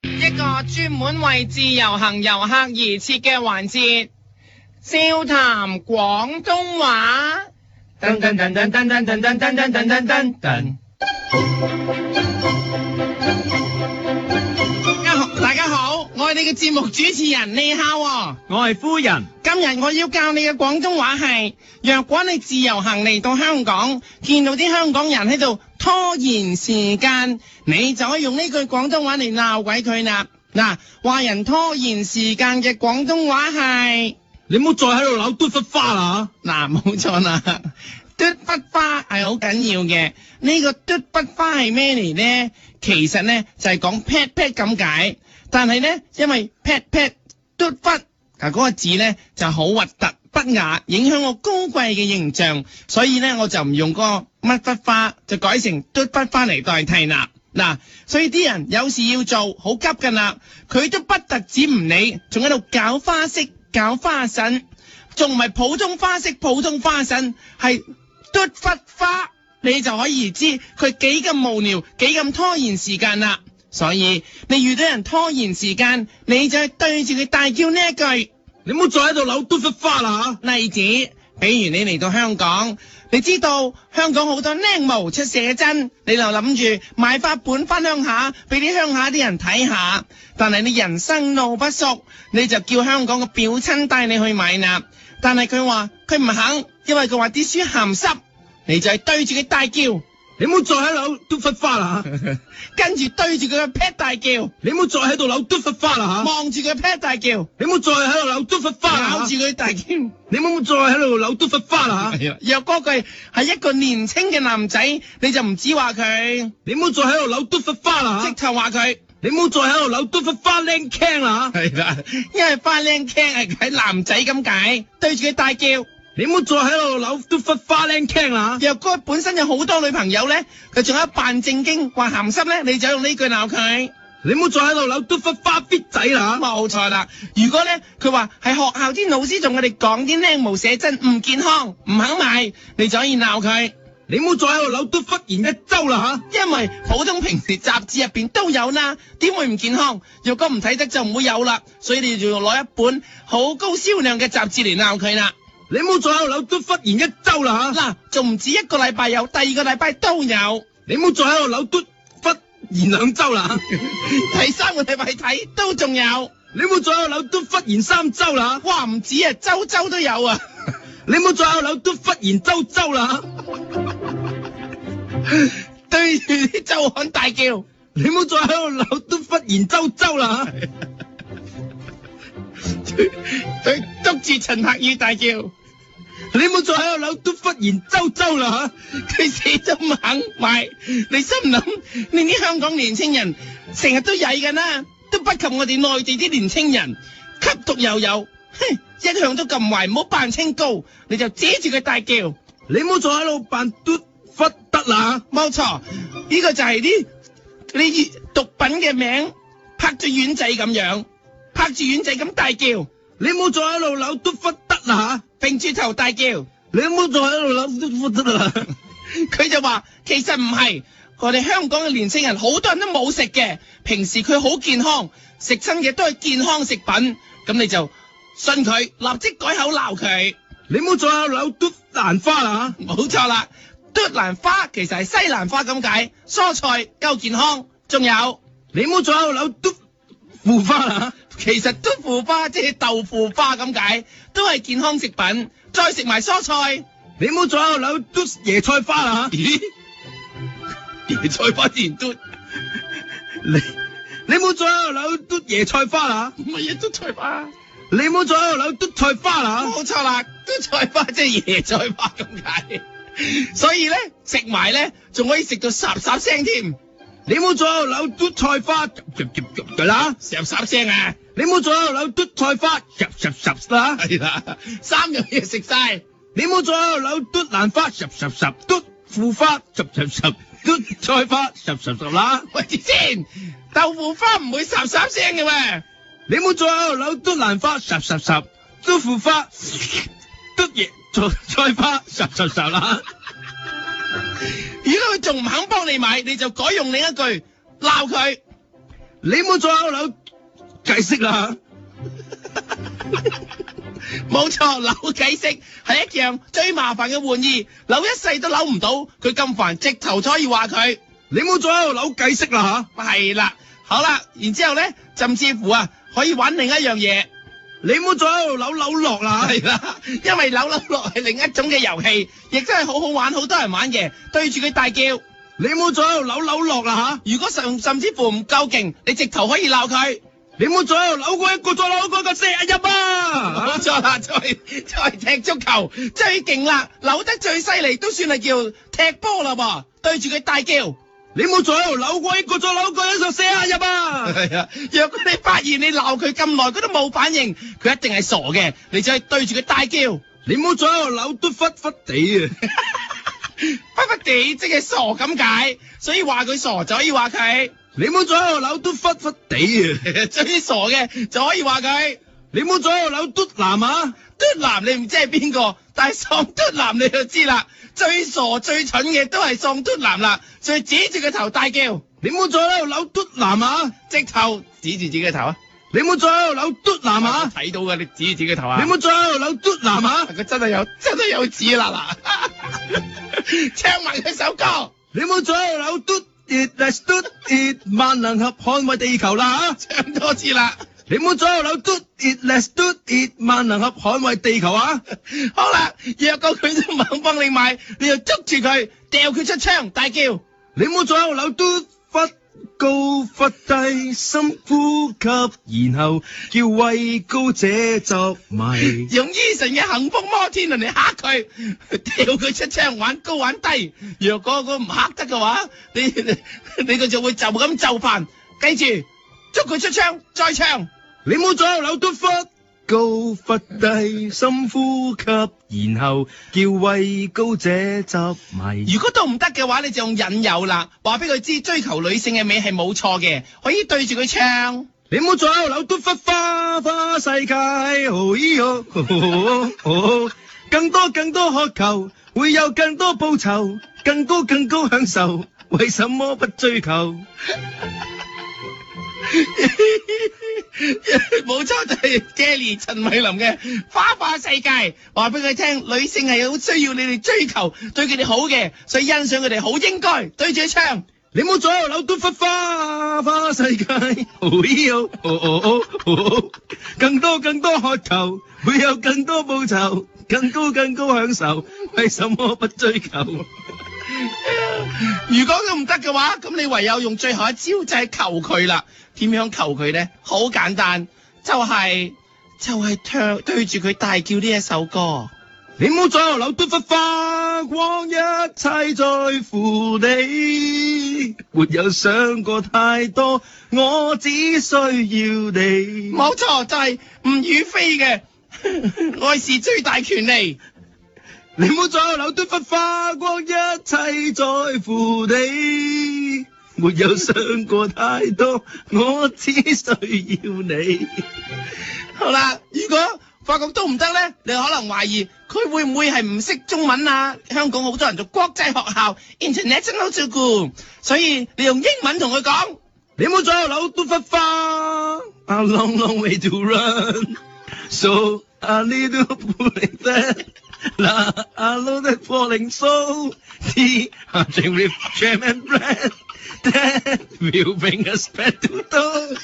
一個專門為自由行遊客而設嘅環節，笑談廣東話。噔噔噔噔噔噔噔噔噔噔噔噔噔噔。大家好，大家好，我係你嘅節目主持人李孝喎。我係夫人，今日我要教你嘅廣東話係：若果你自由行嚟到香港，見到啲香港人喺度拖延時間，你就可以用呢句廣東話嚟鬧鬼佢啦。嗱，話人拖延時間嘅廣東話係你唔好再喺度扭嘟忽花啦嗱，冇錯啦，嘟筆花係好緊要嘅。呢、個嘟筆花係咩嚟咧？其實咧就係、講 pat pat 咁解，但係咧因為 pat pat 嘟筆嗱嗰個字咧就好核突不雅，影響我高貴嘅形象，所以咧我就唔用個乜筆花，就改成嘟筆花嚟代替啦。嗱，所以啲人有事要做，好急㗎啦，佢都不特止唔理，仲喺度搞花式、搞花神。仲唔係普通花式普通花神，係嘟忽花，你就可以知佢幾咁無聊，幾咁拖延時間啦。所以你遇到人拖延時間，你就係對住佢大叫呢一句你唔好再喺度扭嘟忽花啦例子，比如你嚟到香港，你知道香港好多僆模出寫真，你就諗住買翻本翻鄉下，俾啲鄉下啲人睇下。但係你人生路不熟，你就叫香港嘅表親帶你去買啦。但係佢話佢唔肯，因為佢話啲書鹹濕，你就係對住佢大叫，你唔好再喺度扭嘟忽花 啦跟住對住佢嘅 pat 大叫，你唔好再喺度扭嘟忽花啦 望住佢 pat 大叫，你唔好再喺度扭嘟忽花咬啦住佢大叫。你唔好再喺度扭嘟忽花啦 係啦啊若果佢係一個年青嘅男仔，你就唔止話佢，你唔好再喺度扭嘟忽花即 啦頭話佢，你唔好再喺度扭嘟忽花靚 can 啦係啦，因為花靚 c 係喺男仔咁解，對住佢大叫。你 唔好再喺度扭嘟忽花靚 can 啦若果本身有好多女朋友咧，佢仲有一扮正經話鹹濕咧，你就用呢句鬧佢。你唔好再喺度扭嘟忽花 fit 仔 啦冇錯啦。如果咧佢話係學校啲老師同我哋講啲靚模寫真唔健康，唔肯買，你就可以鬧佢。你唔好再喺度扭嘟忽然一周啦吓，因為普通平時雜誌入邊都有啦，點會唔健康？若果唔睇得就唔會有啦，所以你就要攞一本好高銷量嘅雜誌嚟鬧佢啦。你唔好再喺度扭嘟忽然一周啦吓，嗱，仲唔止一個禮拜有，第二個禮拜都有，你唔好再喺度扭嘟忽然兩周啦吓，第三個禮拜睇都仲有，你唔好再喺度扭嘟忽然三周啦哇唔止啊，周周都有啊！吓，你唔好再喺度扭嘟忽然周周啦吓，對住啲周刊大叫，你唔好再喺度扭嘟忽然周周啦吓，對捉住陳柏宇大叫，你唔好再喺度扭嘟忽然周周啦 佢死都唔肯買。你心諗，你啲香港年青人成日都曳㗎啦，都不及我哋內地啲年青人，吸毒又有，哼，一向都咁壞，唔好扮清高，你就指住佢大叫。吓，你唔好再喺度扮嘟忽得啦冇錯，呢、個就係啲你毒品嘅名，拍住丸仔咁樣，拍住丸仔咁大叫，吓，你唔好再喺度扭嘟忽得啦並住頭大叫，吓，你唔好再喺度扭嘟忽得啦吓， 佢就話其實唔係，我哋香港嘅年青人好多人都冇食嘅，平時佢好健康，食親嘅都係健康食品，咁你就信佢，立即改口鬧佢，你唔好再喺度扭嘟蘭花啦吓。冇錯啦。嘟蘭花其實係西蘭花咁解，蔬菜夠健康，仲有。啊你唔好再喺度扭嘟腐花啦，其實都腐花即係豆腐花咁解，都係健康食品。再食埋蔬菜，你唔好再喺度扭嘟椰菜花啦，咦？椰菜花自然都你你唔好再喺度扭嘟椰菜花啦，乜嘢都菜花，啊你唔好再喺度扭嘟菜花啦，冇錯啦，都菜花即係椰菜花咁 解。所以咧食埋咧，仲可以食到霎霎聲添，你唔好再喺度扭嘟菜花㗎啦，霎霎聲啊！你唔好再喺度扭嘟菜花入入入啦，係啦，三樣嘢食晒，你唔好再喺度扭嘟蘭花入入入嘟腐花入入入嘟菜花入入入啦，喂住先，豆腐花唔會霎霎聲嘅喎。你唔好再喺度扭嘟蘭花入入入嘟腐花 嘟椰菜菜花入入入啦。如果佢仲唔肯幫你買，你就改用另一句鬧佢。你唔好再喺度扭嘟忽花啦，你唔好再拗扭解釋啦。 冇錯，扭計骰係一樣最麻煩嘅玩意，扭一世都扭唔到，佢咁煩，直頭可以話佢。你唔好再拗扭解釋啦係啦，好啦，然之後咧，甚至乎啊，可以玩另一樣嘢。嚇！你唔好再拗扭扭落啦。係啦，因為扭扭落係另一種嘅遊戲，亦都係好好玩，好多人玩嘅。對住佢大叫，你唔好再拗扭扭落啦如果甚甚至乎唔夠勁，你直頭可以鬧佢。嚇！你唔好再拗扭過一個再扭過一個四啊一冇啊！錯 啦，再再踢足球最勁啦，扭得最犀利都算係叫踢波啦噃。對住佢大叫。你唔好再拗扭過一個再扭過一個四啊一啊！係啊，若果你發現你鬧佢咁耐，佢都冇反應，佢一定係傻嘅。你就係對住佢大叫，你唔好再拗扭都忽忽地啊！ 忽忽地即係傻咁解，所以話佢傻就可以話佢， 你唔好再拗扭都忽忽地啊！最傻嘅就可以話佢。你唔好再拗扭嘟男啊！嘟男你唔知係邊個，但係喪嘟男你就知啦。最傻最蠢嘅都係喪嘟男啦，所以指住佢頭大叫，你唔好再喺度扭嘟男啊！直頭指住自己嘅頭啊，你唔好再喺度扭嘟男我啊！睇到嘅，你指住自己嘅頭啊。你唔好再喺度扭嘟男啊！ 佢真係有 真係有指啦嗱， 唱埋佢首歌，你唔好再喺度扭嘟 it let's do it，萬能俠捍衛地球啦嚇！唱多次啦。你唔好再喺度扭嘟 it let's do it，萬能俠捍衛地球 啊！好啦，若果佢都唔肯幫你買，你就捉住佢，掉佢出窗，大叫。你唔好再喺度扭嘟忽高忽低，深呼吸，然後叫畏高者作迷。用 Eason 嘅幸福摩天輪嚟嚇佢， 掉佢出窗玩高玩低。若果佢唔嚇得嘅話，你 你你佢就會就咁就範。記住，捉佢出窗，再唱。 你冇左右扭都忽高忽低，深呼吸，然後叫畏高者執迷。如果都唔得嘅話，你就用引誘啦，話俾佢知追求女性嘅美係冇錯嘅，可以對住佢唱。 你冇左右扭都忽花花世界，哦咦哦 哦哦哦，更多更多渴求，會有更多報酬，更高更高享受，為什麼不追求？冇錯，就係 Jelly 陳慧琳嘅《花花世界》，話俾佢聽，女性係好需要你哋追求，對佢哋好嘅，所以欣賞佢哋好應該，對住佢唱。你冇左右扭都忽花花世界，哦咦哦哦哦哦哦，更多更多渴求，會有更多報酬，更高更高享受，為什麼不追求？如果都唔得嘅話，咁你唯有用最後一招就係求佢啦。點樣求佢呢？好簡單，就係、就係、唱對住佢大叫呢一首歌。你冇左右扭都忽花光，一切在乎你，沒有想過太多，我只需要你。冇錯，就係吳雨霏 嘅愛是最大權利。你唔好再扭都忽花光，一切在乎你。沒有想過太多，我只需要你。好啦，如果發覺都唔得咧，你可能懷疑佢會唔會係唔識中文啊？香港好多人做國際學校 （international school），所以你用英文同佢講，你唔好再扭都忽花，a long long way to run，so a little pulling that。La, I love that falling soul. Tea, hunting with jam and bread. That will bring us back to those.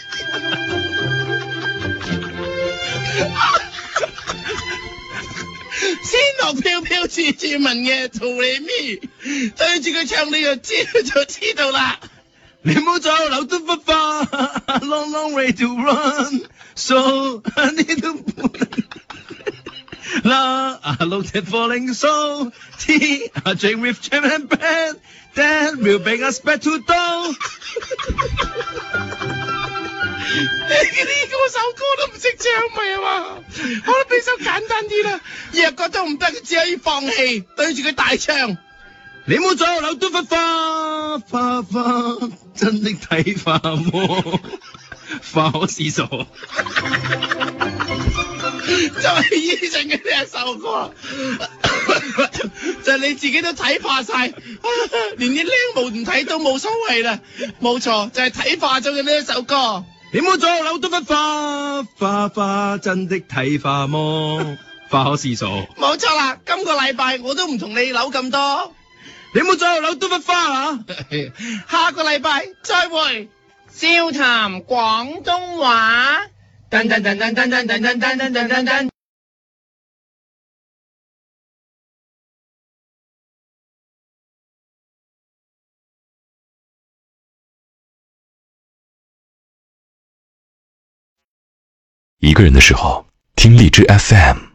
仙樂飄飄處處聞嘅做你咪，對住佢唱你就知就知道啦。你唔好再留得不花，long long way to run，so I need to La, I looked at falling so tea, I drink with jam and bread, that will bring us back to dawn。你呢個首歌都唔識唱咪啊 嘛？我都俾首簡單啲啦。若果都唔得，只可以放棄，對住佢大唱。你唔好再留得不花，花花真的睇花魔，花可是傻。就係醫生嘅呢一首歌，就係你自己都睇化晒，連啲僆模唔睇都冇所謂啦。冇錯，就係、睇化咗嘅呢一首歌。你冇左扭都不花，花花真的睇化麼？花可是數。冇錯啦，今個禮拜我都唔同你扭咁多，你冇左扭都不花啊！下個禮拜再會。笑談廣東話。噔噔噔噔噔噔噔噔噔噔噔噔。一个人的时候，听荔枝 FM。